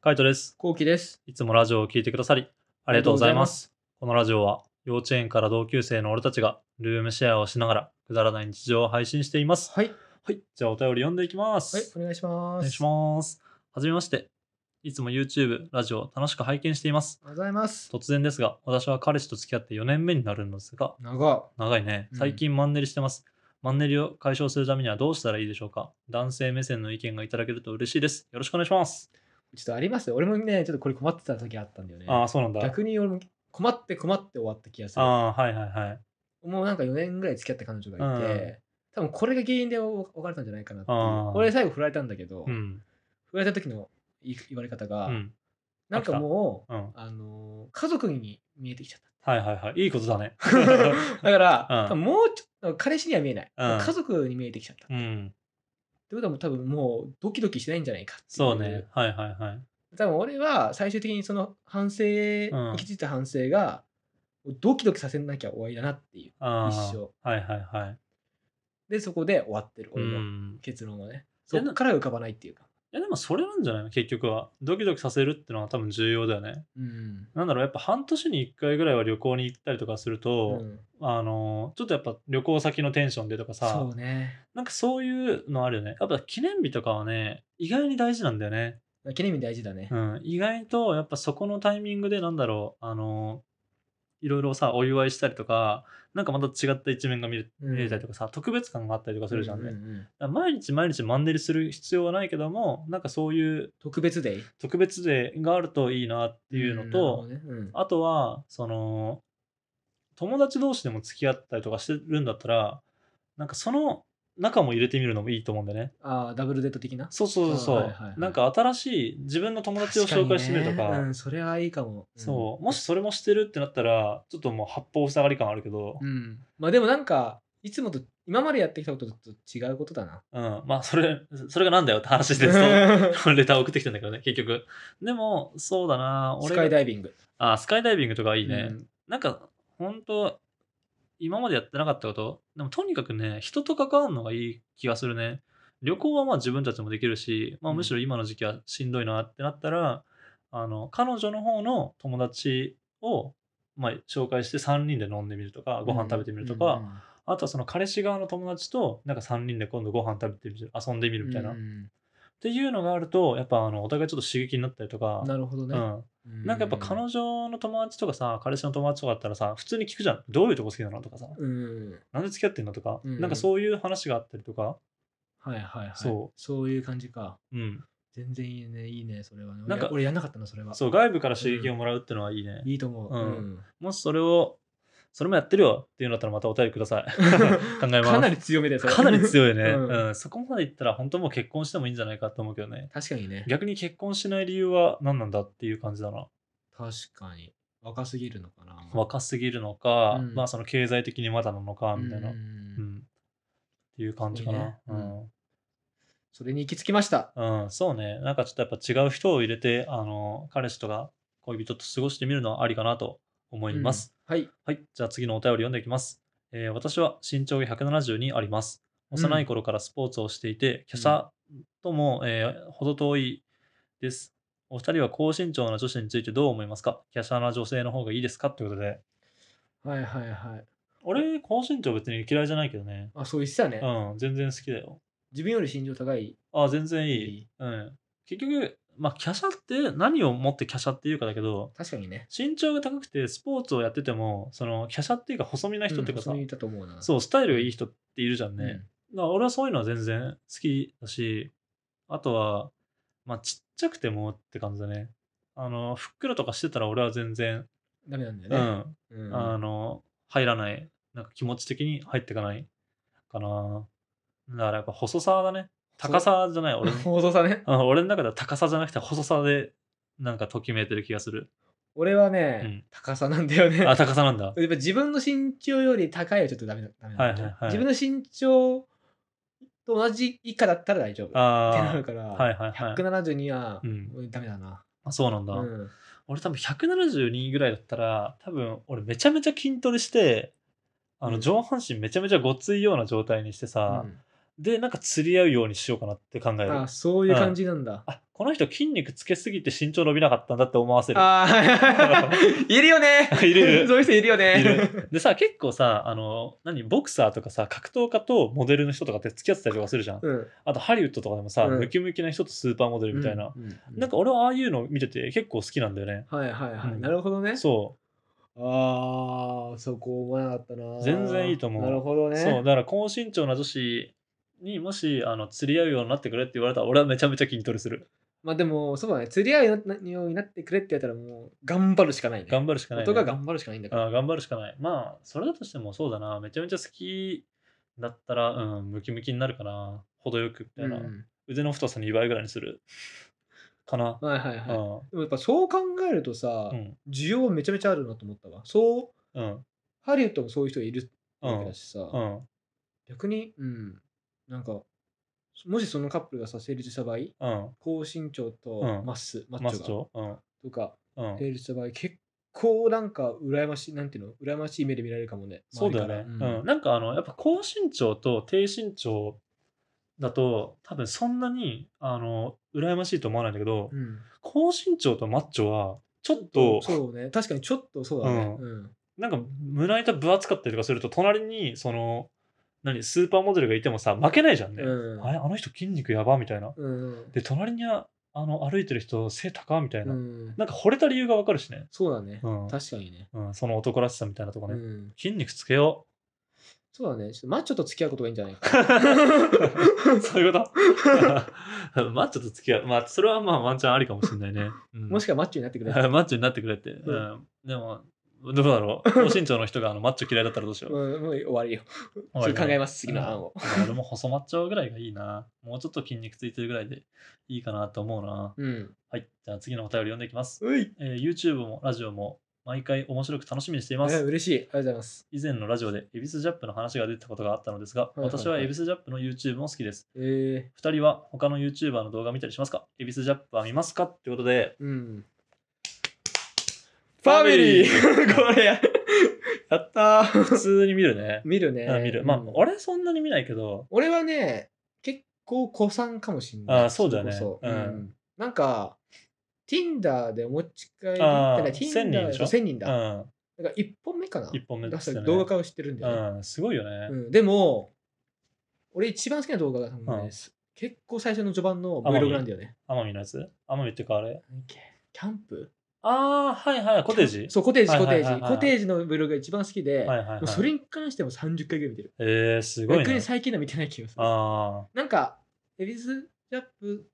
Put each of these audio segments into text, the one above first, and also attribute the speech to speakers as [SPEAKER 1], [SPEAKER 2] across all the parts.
[SPEAKER 1] カイトです。
[SPEAKER 2] こうきです。
[SPEAKER 1] いつもラジオを聞いてくださり、ありがとうございます。このラジオは、幼稚園から同級生の俺たちが、ルームシェアをしながら、くだらない日常を配信しています。
[SPEAKER 2] はい。
[SPEAKER 1] はい。じゃあ、お便り読んでいきます。
[SPEAKER 2] はい、お願いしま
[SPEAKER 1] お
[SPEAKER 2] す。
[SPEAKER 1] 願いします。はじめまして。いつも YouTube、ラジオを楽しく拝見しています。
[SPEAKER 2] ありがとうございます。
[SPEAKER 1] 突然ですが、私は彼氏と付き合って4年目になるのですが、
[SPEAKER 2] 長っ。
[SPEAKER 1] 長いね。
[SPEAKER 2] うん
[SPEAKER 1] 最近マンネリしてます。マンネリを解消するためにはどうしたらいいでしょうか男性目線の意見がいただけると嬉しいです。よろしくお願いします。
[SPEAKER 2] ちょっとありますよ。俺もね、ちょっとこれ困ってた時あったんだよね。
[SPEAKER 1] ああ、そうなんだ。
[SPEAKER 2] 逆に俺も困って困って終わった気がする。
[SPEAKER 1] ああー、はいはいはい。
[SPEAKER 2] もうなんか4年ぐらい付き合った彼女がいて、
[SPEAKER 1] うん
[SPEAKER 2] 多分これが原因でお別れたんじゃないかなっていう
[SPEAKER 1] あー
[SPEAKER 2] 俺最後振られたんだけど、
[SPEAKER 1] うん。
[SPEAKER 2] 振られた時の言い言われ方が、
[SPEAKER 1] うん。
[SPEAKER 2] なんかもう、
[SPEAKER 1] うん。はい
[SPEAKER 2] あのー家族に見えてきちゃった。
[SPEAKER 1] はいはい。いいことだ ね。
[SPEAKER 2] だから、
[SPEAKER 1] うん
[SPEAKER 2] もうちょっと彼氏には見えない、
[SPEAKER 1] うん
[SPEAKER 2] 家族に見えてきちゃった。っ
[SPEAKER 1] うん。
[SPEAKER 2] てことはもう多分もうドキドキしてないんじゃないかっていう
[SPEAKER 1] そうね。はいはいはい。
[SPEAKER 2] 多分俺は最終的にその反省、
[SPEAKER 1] ん
[SPEAKER 2] 行き着いた反省がドキドキさせなきゃ終わりだなっていう
[SPEAKER 1] あ
[SPEAKER 2] 一
[SPEAKER 1] あ。
[SPEAKER 2] 生
[SPEAKER 1] はいはいはい。
[SPEAKER 2] でそこで終わってる
[SPEAKER 1] う
[SPEAKER 2] 俺の
[SPEAKER 1] ん。
[SPEAKER 2] 結論はね、
[SPEAKER 1] で
[SPEAKER 2] そこから浮かばないっていうか、
[SPEAKER 1] いやでもそれなんじゃないの結局は。ドキドキさせるってのは多分重要だよね。
[SPEAKER 2] うん
[SPEAKER 1] なんだろう、やっぱ半年に1回ぐらいは旅行に行ったりとかする
[SPEAKER 2] う
[SPEAKER 1] と、
[SPEAKER 2] ん
[SPEAKER 1] あのーちょっとやっぱ旅行先のテンションでとかさ、
[SPEAKER 2] そうね
[SPEAKER 1] なんかそういうのあるよね。やっぱ記念日とかはね、意外に大事なんだよね。
[SPEAKER 2] 記念日大事だね、
[SPEAKER 1] うん、意外とやっぱそこのタイミングでなんだろう、あのーいろいろさ、お祝いしたりとか、なんかまた違った一面が見れ
[SPEAKER 2] うん
[SPEAKER 1] 見れたりとかさ、特別感があったりとかするじゃんね。
[SPEAKER 2] ううう
[SPEAKER 1] だから毎日毎日マンネリする必要はないけども、なんかそういう
[SPEAKER 2] 特別デイっ
[SPEAKER 1] 特別デーがあるといいなっていうのと、
[SPEAKER 2] ねうん
[SPEAKER 1] あとは、その、友達同士でも付き合ったりとかしてるんだったら、なんかその中も入れてみるのもいいと思うんだよね。
[SPEAKER 2] あーダブルデート的な
[SPEAKER 1] そうそうそうそう、
[SPEAKER 2] あはいはいはい
[SPEAKER 1] なんか新しい自分の友達を紹介してみるとか、
[SPEAKER 2] 確にねうん、それはいいかも、うん
[SPEAKER 1] そう、もしそれもしてるってなったら、ちょっともう八方塞がり感あるけど、
[SPEAKER 2] うん、まあでもなんかいつもと今までやってきたことと違うことだな
[SPEAKER 1] うん、まあそれ、それがなんだよって話 で、その レターを送ってきたんだけどね、結局。でも、そうだな、
[SPEAKER 2] スカイ
[SPEAKER 1] 俺が、
[SPEAKER 2] ダイビング
[SPEAKER 1] あ、スカイダイビングとかいいね。
[SPEAKER 2] うん
[SPEAKER 1] なんか、ほんと、今までやってなかったこと、でもとにかくね、人と関わるのがいい気がするね。旅行はまあ自分たちもできるし、まあ、
[SPEAKER 2] うん
[SPEAKER 1] むしろ今の時期はしんどいなってなったら、あの彼女の方の友達を、まあ、紹介して3人で飲んでみるとかご飯食べてみるとか、
[SPEAKER 2] うんうんうん
[SPEAKER 1] あとはその彼氏側の友達となんか3人で今度ご飯食べてみる遊んでみるみたいな、
[SPEAKER 2] う
[SPEAKER 1] っ
[SPEAKER 2] ん
[SPEAKER 1] ていうのがあるとやっぱあのお互いちょっと刺激になったりとか、
[SPEAKER 2] なるほど
[SPEAKER 1] う
[SPEAKER 2] ね、
[SPEAKER 1] ん、なんかやっぱ彼
[SPEAKER 2] 女
[SPEAKER 1] 女の友達とかさ、彼氏の友達とかだったらさ、普通に聞くじゃん。どういうとこ好きなのとかさ、
[SPEAKER 2] うん
[SPEAKER 1] なんで付き合ってんのとか、
[SPEAKER 2] うん
[SPEAKER 1] なんかそういう話があったりとか、
[SPEAKER 2] はいはいはい
[SPEAKER 1] そう
[SPEAKER 2] そういう感じか
[SPEAKER 1] うん。
[SPEAKER 2] 全然いいねいいねそれはね
[SPEAKER 1] なんか
[SPEAKER 2] 俺俺やんなかったなそれは
[SPEAKER 1] そう、外部から刺激をもらうってのはいいね。
[SPEAKER 2] いいと思う、
[SPEAKER 1] うん
[SPEAKER 2] うん
[SPEAKER 1] もしそれを、それもやってるよっていうのだったらまたお便りくだ さい。考えます。
[SPEAKER 2] かなり強めです
[SPEAKER 1] かなり
[SPEAKER 2] い
[SPEAKER 1] 強いよね、
[SPEAKER 2] う
[SPEAKER 1] うん
[SPEAKER 2] ん。
[SPEAKER 1] そこまでいったら本当もう結婚してもいいんじゃないかと思うけどね。
[SPEAKER 2] 確かにね
[SPEAKER 1] 逆に結婚しない理由は何なんだっていう感じだな。
[SPEAKER 2] 確かに若すぎるのかな
[SPEAKER 1] 若すぎるのか、
[SPEAKER 2] うん
[SPEAKER 1] まあその経済的にまだなのか、みたいな。
[SPEAKER 2] う
[SPEAKER 1] うんん。っていう感じか
[SPEAKER 2] いい
[SPEAKER 1] な
[SPEAKER 2] ね。うん
[SPEAKER 1] うん
[SPEAKER 2] それに行き着きました
[SPEAKER 1] うん、そうね。なんかちょっとやっぱ違う人を入れて、あの、彼氏とか恋人と過ごしてみるのはありかなと思います。、
[SPEAKER 2] うんはい
[SPEAKER 1] はい。じゃあ次のお便り読んでいきます。えー私は身長が172あります。幼い頃からスポーツをしていて、華奢とも、えー、程遠いです。お二人は高身長な女子についてどう思いますか華奢な女性の方がいいですかってことで。
[SPEAKER 2] はいはいはい
[SPEAKER 1] 俺、高身長別に嫌いじゃないけどね。
[SPEAKER 2] あそう言ってたね、
[SPEAKER 1] うん、全然好きだよ。
[SPEAKER 2] 自分より身長高い
[SPEAKER 1] あ、全然いい。
[SPEAKER 2] いい
[SPEAKER 1] うん。結局、まあ、華奢って何をもって華奢っていうかだけど、
[SPEAKER 2] 確かにね
[SPEAKER 1] 身長が高くてスポーツをやってても、その華奢っていうか細身な人っていうかさ、
[SPEAKER 2] うん、そう言ったと思うな
[SPEAKER 1] そう、スタイルがいい人っているじゃん
[SPEAKER 2] う
[SPEAKER 1] ね。だから
[SPEAKER 2] ん
[SPEAKER 1] 俺はそういうのは全然好きだし、あとは、まあ、ちっちゃくてもって感じだね。あの、ふっくらとかしてたら俺は全然、
[SPEAKER 2] ダメなんだ
[SPEAKER 1] う
[SPEAKER 2] よね、
[SPEAKER 1] ん、
[SPEAKER 2] うん
[SPEAKER 1] あの、入らない。なんか気持ち的に入っていかないかな。だからやっぱ細さだね。高さじゃない、俺の
[SPEAKER 2] 放送さね
[SPEAKER 1] あ俺の中では高さじゃなくて細さでなんかときめいてる気がす る。
[SPEAKER 2] 俺は
[SPEAKER 1] う
[SPEAKER 2] ね
[SPEAKER 1] ん、
[SPEAKER 2] 高さなんだよね。
[SPEAKER 1] あ、高さなんだ。
[SPEAKER 2] やっぱ自分の身長より高いはちょっとダメだ。ダメなんだよ
[SPEAKER 1] はいはいはい
[SPEAKER 2] 自分の身長と同じ以下だったら大丈夫。ってな
[SPEAKER 1] あ
[SPEAKER 2] るから、
[SPEAKER 1] はいはいはい
[SPEAKER 2] 172は
[SPEAKER 1] うん
[SPEAKER 2] もうダメだな。
[SPEAKER 1] あ、そうなんだ。
[SPEAKER 2] うん
[SPEAKER 1] 俺多分172ぐらいだったら、多分俺めちゃめちゃ筋トレして、あ
[SPEAKER 2] う
[SPEAKER 1] の
[SPEAKER 2] ん
[SPEAKER 1] 上半身めちゃめちゃごついような状態にしてさ、で、なんか釣り合うようにしようかなって考え
[SPEAKER 2] うん
[SPEAKER 1] る。
[SPEAKER 2] あそういう感じなんだ。
[SPEAKER 1] あ、この人筋肉つけすぎて身長伸びなかったんだって思わせる。
[SPEAKER 2] ああ、 いるよね。
[SPEAKER 1] いるいる
[SPEAKER 2] そういう人いるよね。
[SPEAKER 1] いるでさ結構さあの何ボクサーとかさ格闘家とモデルの人とかって付き合ってたりとかするじゃん、
[SPEAKER 2] うん。
[SPEAKER 1] あとハリウッドとかでもさ、
[SPEAKER 2] うん
[SPEAKER 1] ムキムキな人とスーパーモデルみたいな、
[SPEAKER 2] うん。う
[SPEAKER 1] なんか、俺はああいうの見てて結構好きなんだよね
[SPEAKER 2] はいはいはい。
[SPEAKER 1] うん
[SPEAKER 2] なるほどね。
[SPEAKER 1] そ
[SPEAKER 2] ああ、そこ思わなかったな。
[SPEAKER 1] 全然いいと思う
[SPEAKER 2] なるほど
[SPEAKER 1] う,、
[SPEAKER 2] ね。
[SPEAKER 1] そうだから高身長な女子にもしあの釣り合うようになってくれって言われたら俺はめちゃめちゃ筋トレする
[SPEAKER 2] まあでも、そうだね。釣り合いのようになってくれって言われたら、もう、頑張るしかないね。
[SPEAKER 1] 頑張るしかない、ね、
[SPEAKER 2] 音が頑張るしかないんだから。
[SPEAKER 1] あー頑張るしかないまあそれだとしてもそうだなめちゃめちゃ好きだったら、うん、ムキムキになるかな程よくみたいな、
[SPEAKER 2] うん
[SPEAKER 1] 腕の太さ2倍ぐらいにするかな、
[SPEAKER 2] はいはいは
[SPEAKER 1] う
[SPEAKER 2] い。
[SPEAKER 1] ん
[SPEAKER 2] でもやっぱそう考えるとさ、
[SPEAKER 1] うん
[SPEAKER 2] 需要めちゃめちゃあるなと思ったわ。そう、
[SPEAKER 1] うん
[SPEAKER 2] ハリウッドもそういう人いる
[SPEAKER 1] う
[SPEAKER 2] わけ
[SPEAKER 1] ん
[SPEAKER 2] だしさ、
[SPEAKER 1] うん
[SPEAKER 2] 逆に、うん、なんか、もしそのカップルがさ、成立した場合、
[SPEAKER 1] うん
[SPEAKER 2] 高身長と
[SPEAKER 1] うん
[SPEAKER 2] マッス、マ
[SPEAKER 1] マ
[SPEAKER 2] ッチ
[SPEAKER 1] ス
[SPEAKER 2] ョが
[SPEAKER 1] トうん
[SPEAKER 2] とか
[SPEAKER 1] うん
[SPEAKER 2] 成立した場合、結構なんか羨ましい、なんていうの、羨ましい目で見られるかもね。
[SPEAKER 1] そうだよね、
[SPEAKER 2] 周
[SPEAKER 1] うん
[SPEAKER 2] りからうん
[SPEAKER 1] なんかあのやっぱ高身長と低身長だと多分そんなにあの羨ましいと思わないんだけど、
[SPEAKER 2] うん
[SPEAKER 1] 高身長とマッチョはちょっと
[SPEAKER 2] そうね確かにちょっとそうだね、
[SPEAKER 1] う
[SPEAKER 2] うん
[SPEAKER 1] なんか胸板分厚かったりとかすると隣にその何スーパーモデルがいてもさ負けないじゃんね、
[SPEAKER 2] うん
[SPEAKER 1] あれあの人筋肉やばみたいな
[SPEAKER 2] うん
[SPEAKER 1] で隣にああの歩いてる人背高みたいな、
[SPEAKER 2] うん
[SPEAKER 1] なんか惚れた理由がわかるしね、
[SPEAKER 2] そうだね、
[SPEAKER 1] うん
[SPEAKER 2] 確かにね、
[SPEAKER 1] うん、その男らしさみたいなとこ
[SPEAKER 2] う
[SPEAKER 1] ね、
[SPEAKER 2] ん、
[SPEAKER 1] 筋肉つけよ
[SPEAKER 2] そうだねちょっとマッチョと付き合うことがいいんじゃないか
[SPEAKER 1] う そういうことマッチョと付 き合うまあそれはまあワンチャンありかもしれないね、うん
[SPEAKER 2] もしくはマッチョになってくれ
[SPEAKER 1] マッチョになってくれって、うんんでもどうだろ う高身長の人があのマッチョ嫌いだったらどうしよう、
[SPEAKER 2] うん、もう終わりよ。
[SPEAKER 1] 終わりね
[SPEAKER 2] ちょっと考えます、次の案を。
[SPEAKER 1] まあ俺も細マッチョぐらいがいいな。もうちょっと筋肉ついてるぐらいでいいかなと思うな。
[SPEAKER 2] うん。
[SPEAKER 1] はい。じゃあ次のお便り読んでいきます。
[SPEAKER 2] うい。
[SPEAKER 1] えー YouTube もラジオも毎回面白く楽しみにしてい
[SPEAKER 2] え
[SPEAKER 1] ま
[SPEAKER 2] ー、
[SPEAKER 1] す。
[SPEAKER 2] 嬉しい。ありがとうございます。
[SPEAKER 1] 以前のラジオでエビスジャップの話が出てたことがあったのですが、
[SPEAKER 2] いはいはい
[SPEAKER 1] 私はエビスジャップの YouTube も好きです。
[SPEAKER 2] えー、
[SPEAKER 1] 2人は他の YouTuber の動画見たりしますかエビスジャップは見ますかってことで、
[SPEAKER 2] うん。
[SPEAKER 1] ファミリー
[SPEAKER 2] これや、やったー。。
[SPEAKER 1] 普通に見るね
[SPEAKER 2] 見るね
[SPEAKER 1] うん。見る。まあ、
[SPEAKER 2] うん
[SPEAKER 1] 俺そんなに見ないけど、
[SPEAKER 2] 俺はね、結構古参かもしんない。
[SPEAKER 1] あーそうだね
[SPEAKER 2] れこそ
[SPEAKER 1] うん
[SPEAKER 2] んなんか、Tinder でお持ち帰りって
[SPEAKER 1] あー
[SPEAKER 2] ね、
[SPEAKER 1] 1000人でしょ
[SPEAKER 2] 1000人
[SPEAKER 1] う
[SPEAKER 2] だ。なん
[SPEAKER 1] ん。
[SPEAKER 2] か1本目かな
[SPEAKER 1] 1本目
[SPEAKER 2] 出
[SPEAKER 1] で
[SPEAKER 2] し
[SPEAKER 1] す
[SPEAKER 2] た
[SPEAKER 1] よね。
[SPEAKER 2] 動画化を知ってるんだよね。
[SPEAKER 1] うん、すごいよね。
[SPEAKER 2] うんでも、俺一番好きな動画が多分ね
[SPEAKER 1] うん
[SPEAKER 2] 結構最初の序盤の
[SPEAKER 1] 奄美
[SPEAKER 2] Vlog なんだよね。
[SPEAKER 1] 奄美のやつ奄美っていうかあれ
[SPEAKER 2] なんだっけキャンプ
[SPEAKER 1] ああ、はいはい、コテージ
[SPEAKER 2] そう、コテージ、
[SPEAKER 1] はい
[SPEAKER 2] コ
[SPEAKER 1] はい
[SPEAKER 2] テ
[SPEAKER 1] はい
[SPEAKER 2] ージ。
[SPEAKER 1] はい
[SPEAKER 2] コテージの Vlog が一番好き
[SPEAKER 1] は
[SPEAKER 2] で、
[SPEAKER 1] いはいはい
[SPEAKER 2] もうそれに関しても30回ぐらい見てる。
[SPEAKER 1] えー、すごい
[SPEAKER 2] 逆に
[SPEAKER 1] ね。
[SPEAKER 2] 最近のは見てない気がする。
[SPEAKER 1] あ
[SPEAKER 2] なんか、エビスジャップ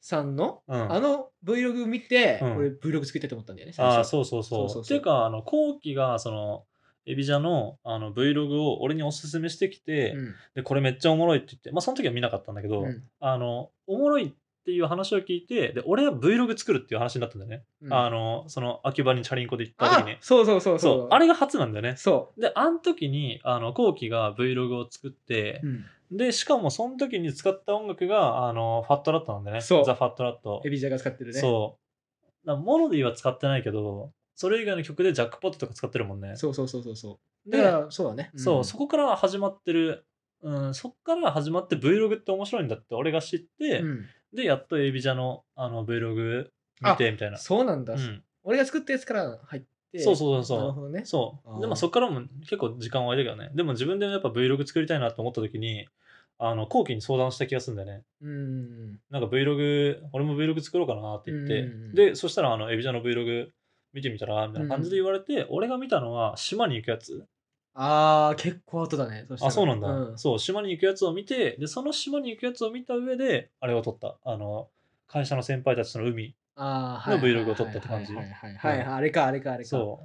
[SPEAKER 2] さんの、
[SPEAKER 1] あ、うん、
[SPEAKER 2] あの Vlog 見て、
[SPEAKER 1] うん
[SPEAKER 2] 俺 Vlog 作りたいと思ったんだよね。最初
[SPEAKER 1] あーそうそうそう。
[SPEAKER 2] そうそうそう
[SPEAKER 1] っていうか、あの後期がそのエビジャのあの Vlog を俺におすすめしてきて、
[SPEAKER 2] うん
[SPEAKER 1] で、これめっちゃおもろいって言って、まあその時は見なかったんだけど、
[SPEAKER 2] うん
[SPEAKER 1] あのおもろいっていう話を聞いて、で、俺は Vlog 作るっていう話になったんだよね。
[SPEAKER 2] うん
[SPEAKER 1] あの、その秋葉にチャリンコで行った
[SPEAKER 2] あ
[SPEAKER 1] 時に。
[SPEAKER 2] そうそうそう
[SPEAKER 1] そ
[SPEAKER 2] そうう。
[SPEAKER 1] あれが初なんだよね。
[SPEAKER 2] そ
[SPEAKER 1] で、あの時に、あの、後期が Vlog を作って
[SPEAKER 2] う、、うん
[SPEAKER 1] で、しかもその時に使った音楽が、あの、ファットラットなんだよね。
[SPEAKER 2] そう
[SPEAKER 1] ザ・ファットラット。
[SPEAKER 2] エビジャが使ってるね。
[SPEAKER 1] そう。だからモノディは使ってないけど、それ以外の曲でジャックポットとか使ってるもんね。
[SPEAKER 2] そうそうそうそうそう。だ
[SPEAKER 1] で
[SPEAKER 2] から、そうだね。
[SPEAKER 1] そう、
[SPEAKER 2] ん
[SPEAKER 1] そこから始まってる、うん、そこから始まって Vlog って面白いんだって俺が知って、
[SPEAKER 2] うん
[SPEAKER 1] で、やっとエビジャのあの Vlog 見てみたいな。
[SPEAKER 2] そうなんだ
[SPEAKER 1] う。ん、
[SPEAKER 2] 俺が作ったやつから入って。
[SPEAKER 1] そうそうそうそう
[SPEAKER 2] なるほどね。
[SPEAKER 1] そ
[SPEAKER 2] あー
[SPEAKER 1] う。でもそこからも結構時間は空いたけどね。でも自分でやっぱ Vlog 作りたいなと思った時に、あの、後期に相談した気がするんだよね。
[SPEAKER 2] うん。
[SPEAKER 1] なんか Vlog、俺も Vlog 作ろうかなって言って、
[SPEAKER 2] うんうんうん
[SPEAKER 1] で、そしたら、あの、エビジャの Vlog 見てみたら、みたいな感じで言われて、俺が見たのは、島に行くやつ。
[SPEAKER 2] ああ、結構後だね。そしたら
[SPEAKER 1] あ、そうなんだ、
[SPEAKER 2] うん
[SPEAKER 1] そう、島に行くやつを見て、で、その島に行くやつを見た上で、あれを撮った。あの、会社の先輩たちとの海。
[SPEAKER 2] あー
[SPEAKER 1] の
[SPEAKER 2] はいはい
[SPEAKER 1] Vlog を撮ったって感じ
[SPEAKER 2] はいはいはいはいはい。あれか、あれか、あれか。
[SPEAKER 1] そ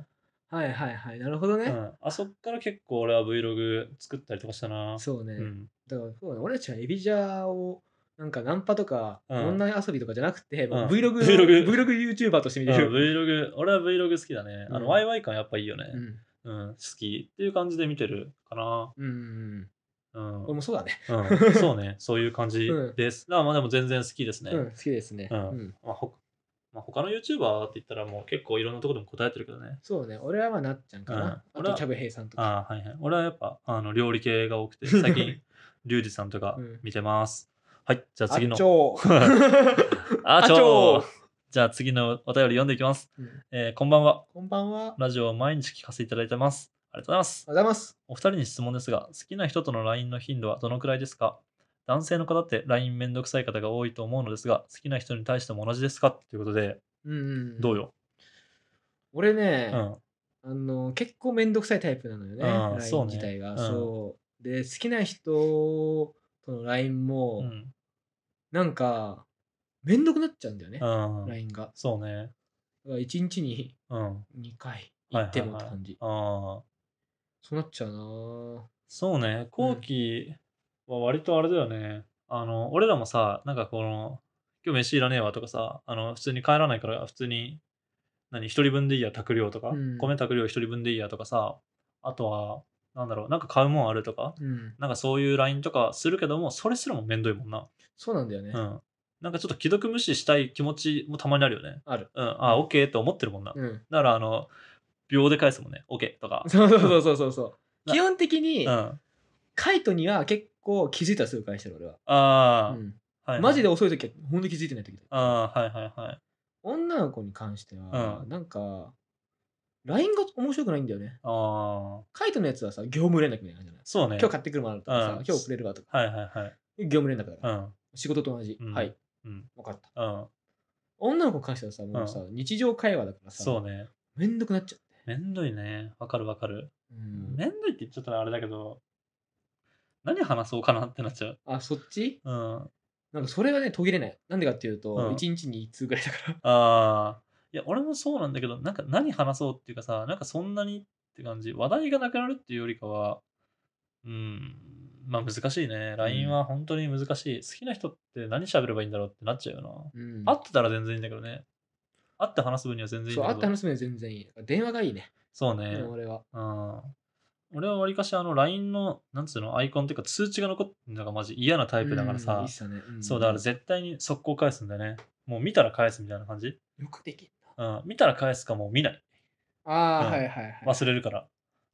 [SPEAKER 2] はいはいはい。なるほど
[SPEAKER 1] う。う
[SPEAKER 2] ね。
[SPEAKER 1] ん。あそっから結構俺は Vlog 作ったりとかしたな。
[SPEAKER 2] そうね。
[SPEAKER 1] うん。
[SPEAKER 2] だからそうね、俺たちはエビジャーをなんかナンパとか、
[SPEAKER 1] うん
[SPEAKER 2] 女遊びとかじゃなくて、もう Vlog の
[SPEAKER 1] Vlog
[SPEAKER 2] Vlog YouTuber として見
[SPEAKER 1] うん
[SPEAKER 2] てる。
[SPEAKER 1] Vlog、俺は Vlog 好きだね。あの、
[SPEAKER 2] うん
[SPEAKER 1] ワイワイ感やっぱいいよね、
[SPEAKER 2] う
[SPEAKER 1] うん。
[SPEAKER 2] ん
[SPEAKER 1] 好きっていう感じで見てるかな。
[SPEAKER 2] うんうん。
[SPEAKER 1] うん。
[SPEAKER 2] 俺もそうだね。
[SPEAKER 1] うん、そうね、そういう感じです。だからまあでも全然好きですね。
[SPEAKER 2] うん、好きですね。
[SPEAKER 1] うん
[SPEAKER 2] うん
[SPEAKER 1] まあほまあ、他の YouTuber って言ったらもう結構いろんなところでも答えてるけどね。
[SPEAKER 2] そうね。俺はまあなっちゃんかな。
[SPEAKER 1] うん
[SPEAKER 2] あとキャブヘイさんとか。
[SPEAKER 1] あ あはいはい。俺はやっぱあの料理系が多くて、最近、リュウジさんとか
[SPEAKER 2] うん
[SPEAKER 1] 見てます。はい、じゃあ次の
[SPEAKER 2] あち。ょー
[SPEAKER 1] あーち
[SPEAKER 2] あちょ
[SPEAKER 1] ょ
[SPEAKER 2] ー
[SPEAKER 1] ーじゃあ次のお便り読んでいきます。
[SPEAKER 2] うん
[SPEAKER 1] えーこんばんは。
[SPEAKER 2] こんばんは。おはよ
[SPEAKER 1] ラジオを毎日聞かせていただいてます。ありがとうございます
[SPEAKER 2] う。ございます。
[SPEAKER 1] お二人に質問ですが、好きな人との LINE の頻度はどのくらいですか男性の方って LINE めんどくさい方が多いと思うのですが、好きな人に対しても同じですかということで、
[SPEAKER 2] うんうん。
[SPEAKER 1] どうよ。
[SPEAKER 2] 俺
[SPEAKER 1] う
[SPEAKER 2] ね、
[SPEAKER 1] ん。
[SPEAKER 2] あの結構めんどくさいタイプなのよね、
[SPEAKER 1] うん
[SPEAKER 2] LINE
[SPEAKER 1] そうね
[SPEAKER 2] 自体が。
[SPEAKER 1] うん
[SPEAKER 2] そうで、好きな人との LINE も、
[SPEAKER 1] うん。
[SPEAKER 2] なんか、めんどくなっちゃうんだよね、
[SPEAKER 1] うん。
[SPEAKER 2] LINE が。
[SPEAKER 1] そうね。
[SPEAKER 2] だから1日に
[SPEAKER 1] うん。
[SPEAKER 2] 2回行ってもって感じ。
[SPEAKER 1] ああ。
[SPEAKER 2] そうなっちゃうなぁ
[SPEAKER 1] そうね。後期は割とあれだよね。あの、俺らもさ、なんかこの、今日飯いらねえわとかさ、あの、普通に帰らないから、普通に、何、一人分でいいや、炊く量とか、
[SPEAKER 2] うん
[SPEAKER 1] 米炊く量一人分でいいやとかさ、あとは、なんだろう、なんか買うもんあるとか、
[SPEAKER 2] うん。
[SPEAKER 1] なんかそういう LINE とかするけども、それすらもめんどいもんな。
[SPEAKER 2] そうなんだよね。
[SPEAKER 1] うん。なんかちょっと既読無視したい気持ちもたまにあるよね。
[SPEAKER 2] ある。
[SPEAKER 1] うん。あ、OK って思ってるもんな。だ
[SPEAKER 2] うん。
[SPEAKER 1] から、あの、秒で返すもんね。OK とか。
[SPEAKER 2] そうそうそうそうそう。
[SPEAKER 1] な
[SPEAKER 2] 基本的に、
[SPEAKER 1] うん。あ
[SPEAKER 2] カイトには結構気づいたらすぐ返してる俺は。
[SPEAKER 1] あ
[SPEAKER 2] う、ん
[SPEAKER 1] はいはい
[SPEAKER 2] マジで遅い時は本当に気づいてない時だ。
[SPEAKER 1] ああ、はいはいはい。
[SPEAKER 2] 女の子に関しては、
[SPEAKER 1] うん
[SPEAKER 2] なんか LINE が面白くないんだよね。
[SPEAKER 1] ああ、
[SPEAKER 2] カイトのやつはさ、業務連絡みたいな感じじゃない
[SPEAKER 1] そうね。
[SPEAKER 2] 今日買ってくるものあるとかさ、
[SPEAKER 1] うん
[SPEAKER 2] 今日くれるわとか、
[SPEAKER 1] はいはいはい。
[SPEAKER 2] 業務連絡だから、
[SPEAKER 1] うん。
[SPEAKER 2] 仕事と同じ。
[SPEAKER 1] うん
[SPEAKER 2] はい、
[SPEAKER 1] うん。
[SPEAKER 2] 分かった。
[SPEAKER 1] うん。
[SPEAKER 2] 女の子に関してはさ、もうさ、日常会話だからさ、
[SPEAKER 1] そうね。
[SPEAKER 2] めんどくなっちゃって。
[SPEAKER 1] めんどいね。わかるわかる。
[SPEAKER 2] うん
[SPEAKER 1] めんどいって言っちゃったらあれだけど、何話そうかなってなっちゃう。
[SPEAKER 2] あ、そっち
[SPEAKER 1] うん。あ
[SPEAKER 2] なんかそれはね、途切れない。なんでかっていうと、
[SPEAKER 1] うん
[SPEAKER 2] 一1日に1通ぐらいだから。
[SPEAKER 1] あー。いや、俺もそうなんだけど、なんか何話そうっていうかさ、なんかそんなにって感じ。話題がなくなるっていうよりかは、うん。まあ難しいね。LINE は本当に難しい。好きな人って何喋ればいいんだろうってなっちゃうよ
[SPEAKER 2] うん
[SPEAKER 1] な。会ってたら全然いいんだけどね。会って話す分には全然いいん
[SPEAKER 2] そう、
[SPEAKER 1] だけ
[SPEAKER 2] 会っ
[SPEAKER 1] ど。
[SPEAKER 2] て話すのは全然いい。電話がいいね、
[SPEAKER 1] そうね。
[SPEAKER 2] うん俺は。
[SPEAKER 1] うん俺はわりかしあの LINE のなんつうのアイコンっていうか通知が残ってるのがマジ嫌なタイプだから
[SPEAKER 2] うん
[SPEAKER 1] さ
[SPEAKER 2] いいっ、すよねん
[SPEAKER 1] そうだから絶対に速攻返すんだよねもう見たら返すみたいな感じ、
[SPEAKER 2] よくできん
[SPEAKER 1] うん、見たら返すかもう見ない
[SPEAKER 2] な。ああ、
[SPEAKER 1] うん
[SPEAKER 2] はいはいはい。
[SPEAKER 1] 忘れるから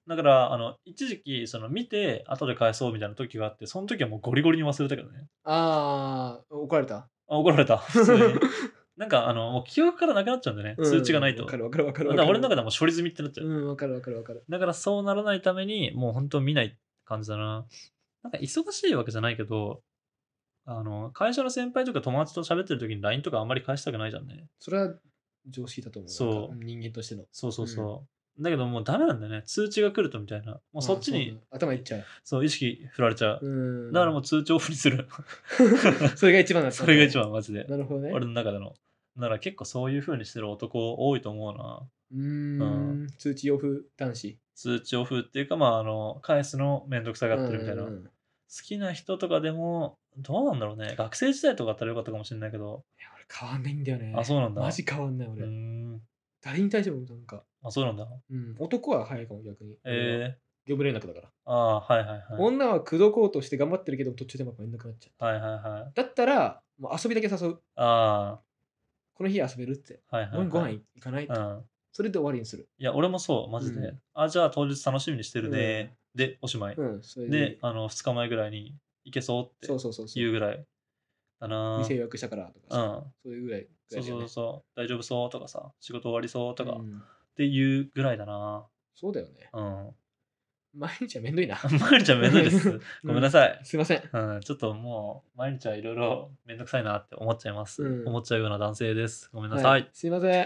[SPEAKER 1] だからあの一時期その見て後で返そうみたいな時があってその時はもうゴリゴリに忘れたけどね
[SPEAKER 2] ああ、怒られた。
[SPEAKER 1] あ怒られた 普通になんかあのもう記憶からなくなっちゃうんだよね通知がないと、
[SPEAKER 2] うんわかるわかるわかる
[SPEAKER 1] だ
[SPEAKER 2] わ
[SPEAKER 1] か
[SPEAKER 2] かる。
[SPEAKER 1] ら俺の中ではもう処理済みってなっちゃう、
[SPEAKER 2] うん、わかるわかるわかる。
[SPEAKER 1] だからそうならないために、もう本当見ない感じだな。なんか忙しいわけじゃないけど、あの、会社の先輩とか友達と喋ってる時に LINE とかあんまり返したくないじゃんね。
[SPEAKER 2] それは常識だと思う。
[SPEAKER 1] そう
[SPEAKER 2] なんかん人間としての。
[SPEAKER 1] そうそうそう。だけどもうダメなんだよね。通知が来るとみたいな。もうそっちに
[SPEAKER 2] あ。そう頭いっちゃう。
[SPEAKER 1] そう意識振られちゃう。
[SPEAKER 2] うん。
[SPEAKER 1] だからもう通知オフにする。
[SPEAKER 2] それが一番なんだ
[SPEAKER 1] それが一。番マジで。
[SPEAKER 2] なるほどね。
[SPEAKER 1] 俺の中での。だから結構そういう風にしてる男多いと思うな。
[SPEAKER 2] うーん。通知オフ男子。
[SPEAKER 1] 通知オフっていうか、まあ、あの、返すのめんどくさがってるみたいな。
[SPEAKER 2] うんうんうんや
[SPEAKER 1] 好きな人とかでもどうなんだろうね学生時代とかだったらよかったかもしれないけど
[SPEAKER 2] 俺変わんないんだよね。
[SPEAKER 1] あそうなんだ
[SPEAKER 2] マジ変わんないう
[SPEAKER 1] ー
[SPEAKER 2] 俺。
[SPEAKER 1] ん
[SPEAKER 2] 誰に対してもなんか、
[SPEAKER 1] あそうなんだ
[SPEAKER 2] うん。男は早いかも逆に。
[SPEAKER 1] え
[SPEAKER 2] 業務連絡だから。
[SPEAKER 1] ー、あーはいはいはい
[SPEAKER 2] 女は口説こうとして頑張ってるけど途中でまた連絡なっちゃう。
[SPEAKER 1] はいはいはい
[SPEAKER 2] だったら、もう遊びだけ誘う。
[SPEAKER 1] あ
[SPEAKER 2] この日遊べるって。
[SPEAKER 1] あはいはい、
[SPEAKER 2] ご
[SPEAKER 1] は
[SPEAKER 2] め
[SPEAKER 1] い、
[SPEAKER 2] んご飯行かないと。
[SPEAKER 1] うん
[SPEAKER 2] それで終わりにする。
[SPEAKER 1] いや俺もそうマジで、
[SPEAKER 2] うん
[SPEAKER 1] あじゃあ当日楽しみにしてるね、でおしまい、
[SPEAKER 2] うん、それで。
[SPEAKER 1] であの2日前ぐらいに行けそう
[SPEAKER 2] そ
[SPEAKER 1] っ
[SPEAKER 2] うそうそう
[SPEAKER 1] て
[SPEAKER 2] そ
[SPEAKER 1] いう
[SPEAKER 2] う。
[SPEAKER 1] ぐらいだな
[SPEAKER 2] 店予約したからとか
[SPEAKER 1] う
[SPEAKER 2] さ、
[SPEAKER 1] ん
[SPEAKER 2] そういうぐらいぐ
[SPEAKER 1] そ
[SPEAKER 2] ら
[SPEAKER 1] う
[SPEAKER 2] い
[SPEAKER 1] そ
[SPEAKER 2] だよね。
[SPEAKER 1] うそう大丈夫そうとかさ仕事終わりそうとか、
[SPEAKER 2] う
[SPEAKER 1] っ
[SPEAKER 2] ん
[SPEAKER 1] ていうぐらいだな
[SPEAKER 2] そうだよね。
[SPEAKER 1] うん
[SPEAKER 2] 毎日はめんどいな。
[SPEAKER 1] まるちゃんめんどいですごめんなさい、
[SPEAKER 2] すいません。
[SPEAKER 1] うん、ちょっともう毎日はいろいろめんどくさいなって思っちゃいます、
[SPEAKER 2] うん
[SPEAKER 1] 思っちゃうような男性ですごめんなさい
[SPEAKER 2] は
[SPEAKER 1] はい
[SPEAKER 2] い、すいません。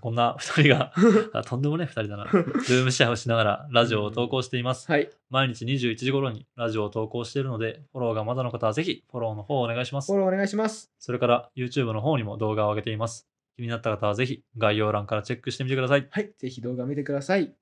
[SPEAKER 1] こんな2人が あとんでもね2人だなルームシェアをしながらラジオを投稿しています、
[SPEAKER 2] はい。
[SPEAKER 1] 毎日21時頃にラジオを投稿しているのでフォローがまだの方はぜひフォローの方をお願いしま
[SPEAKER 2] フ
[SPEAKER 1] す
[SPEAKER 2] ォローお願いします。
[SPEAKER 1] それから YouTube の方にも動画を上げています気になった方はぜひ概要欄からチェックしてみてください
[SPEAKER 2] はい。ぜひ動画見てください。